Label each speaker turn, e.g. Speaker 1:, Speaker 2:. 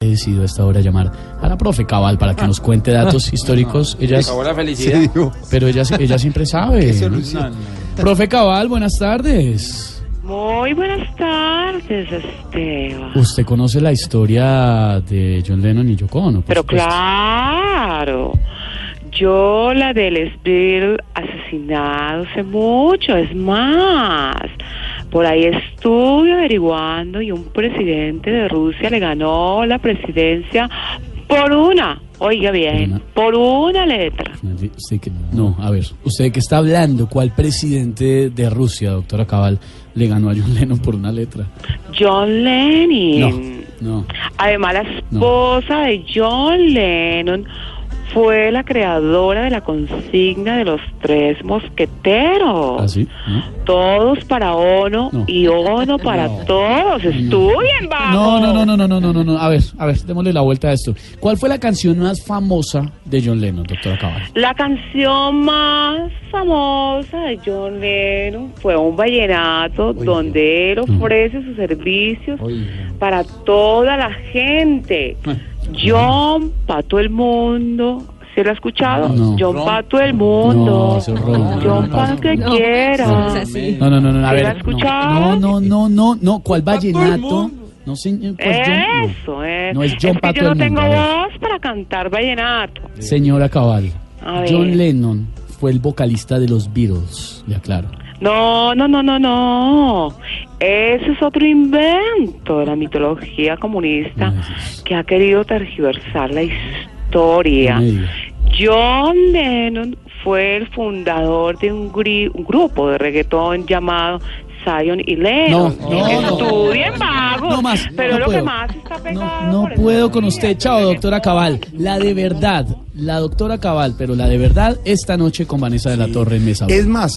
Speaker 1: He decidido a esta hora llamar a la profe Cabal para que nos cuente datos históricos. Ella es-
Speaker 2: Acabó la felicidad.
Speaker 1: pero ella, ella siempre sabe. Profe Cabal, buenas tardes.
Speaker 3: Muy buenas tardes, Esteban.
Speaker 1: Usted conoce la historia de John Lennon y Yoko Ono, por
Speaker 3: Pero
Speaker 1: supuesto.
Speaker 3: claro, yo la del Spill asesinado hace mucho, es más, por ahí estuve averiguando y un presidente de Rusia le ganó la presidencia por una, oiga bien,
Speaker 1: Una.
Speaker 3: por una letra.
Speaker 1: Usted que- no, a ver, usted de qué está hablando, ¿cuál presidente de Rusia, doctora Cabal, le ganó a John Lennon por una letra?
Speaker 3: John
Speaker 1: No,
Speaker 3: Lennon.
Speaker 1: no.
Speaker 3: Además, la esposa de John Lennon fue la creadora de la consigna de los tres mosqueteros.
Speaker 1: ¿Así? ¿No?
Speaker 3: Todos para Ono
Speaker 1: ¿Ah, No.
Speaker 3: y Ono para
Speaker 1: No.
Speaker 3: todos. Estudien,
Speaker 1: No,
Speaker 3: vamos.
Speaker 1: no, no, no, no, no, no, no, no. A ver, a ver, démosle la vuelta a esto. ¿Cuál fue la canción más famosa de John Lennon, doctora Cabal?
Speaker 3: La canción más famosa de John Lennon fue un vallenato donde él
Speaker 1: Mm.
Speaker 3: ofrece sus servicios para toda la gente.
Speaker 1: Ah.
Speaker 3: John pa' todo el mundo. ¿Se lo ha escuchado?
Speaker 1: No.
Speaker 3: John pa' todo el mundo.
Speaker 1: No, eso es ron,
Speaker 3: John
Speaker 1: no,
Speaker 3: pa'
Speaker 1: no, pues
Speaker 3: que quiera.
Speaker 1: No, no, no, no, a
Speaker 3: ¿Se
Speaker 1: ver.
Speaker 3: la
Speaker 1: No,
Speaker 3: escucharon?
Speaker 1: no, no, no, no. ¿Cuál vallenato?
Speaker 2: mundo.
Speaker 1: No, señor, ¿cuál John? no.
Speaker 3: Eso eh. es.
Speaker 1: No es John
Speaker 3: que
Speaker 1: pa'
Speaker 3: yo
Speaker 1: todo
Speaker 3: no
Speaker 1: el mundo,
Speaker 3: tengo
Speaker 1: a ver.
Speaker 3: voz para cantar vallenato.
Speaker 1: Señora Cabal,
Speaker 3: A ver.
Speaker 1: John Lennon fue el vocalista de los Beatles, ya claro.
Speaker 3: No, no, no, no, no. Ese es otro invento de la mitología comunista
Speaker 1: No, ese es-
Speaker 3: que ha querido tergiversar la historia.
Speaker 1: No me diga.
Speaker 3: John Lennon fue el fundador de un, gri- un grupo de reggaetón llamado Zion y Lennon.
Speaker 1: No, no, no.
Speaker 3: Estudien vagos.
Speaker 1: No más,
Speaker 3: Pero
Speaker 1: no
Speaker 3: lo
Speaker 1: puedo.
Speaker 3: que más está pegado.
Speaker 1: No, no
Speaker 3: por
Speaker 1: puedo
Speaker 3: estos
Speaker 1: con
Speaker 3: días
Speaker 1: usted.
Speaker 3: es
Speaker 1: Chao,
Speaker 3: el
Speaker 1: doctora Cabal. La de verdad, la doctora Cabal, pero la de verdad esta noche con Vanessa de la Torre en Mesa. Blue.
Speaker 4: Es más,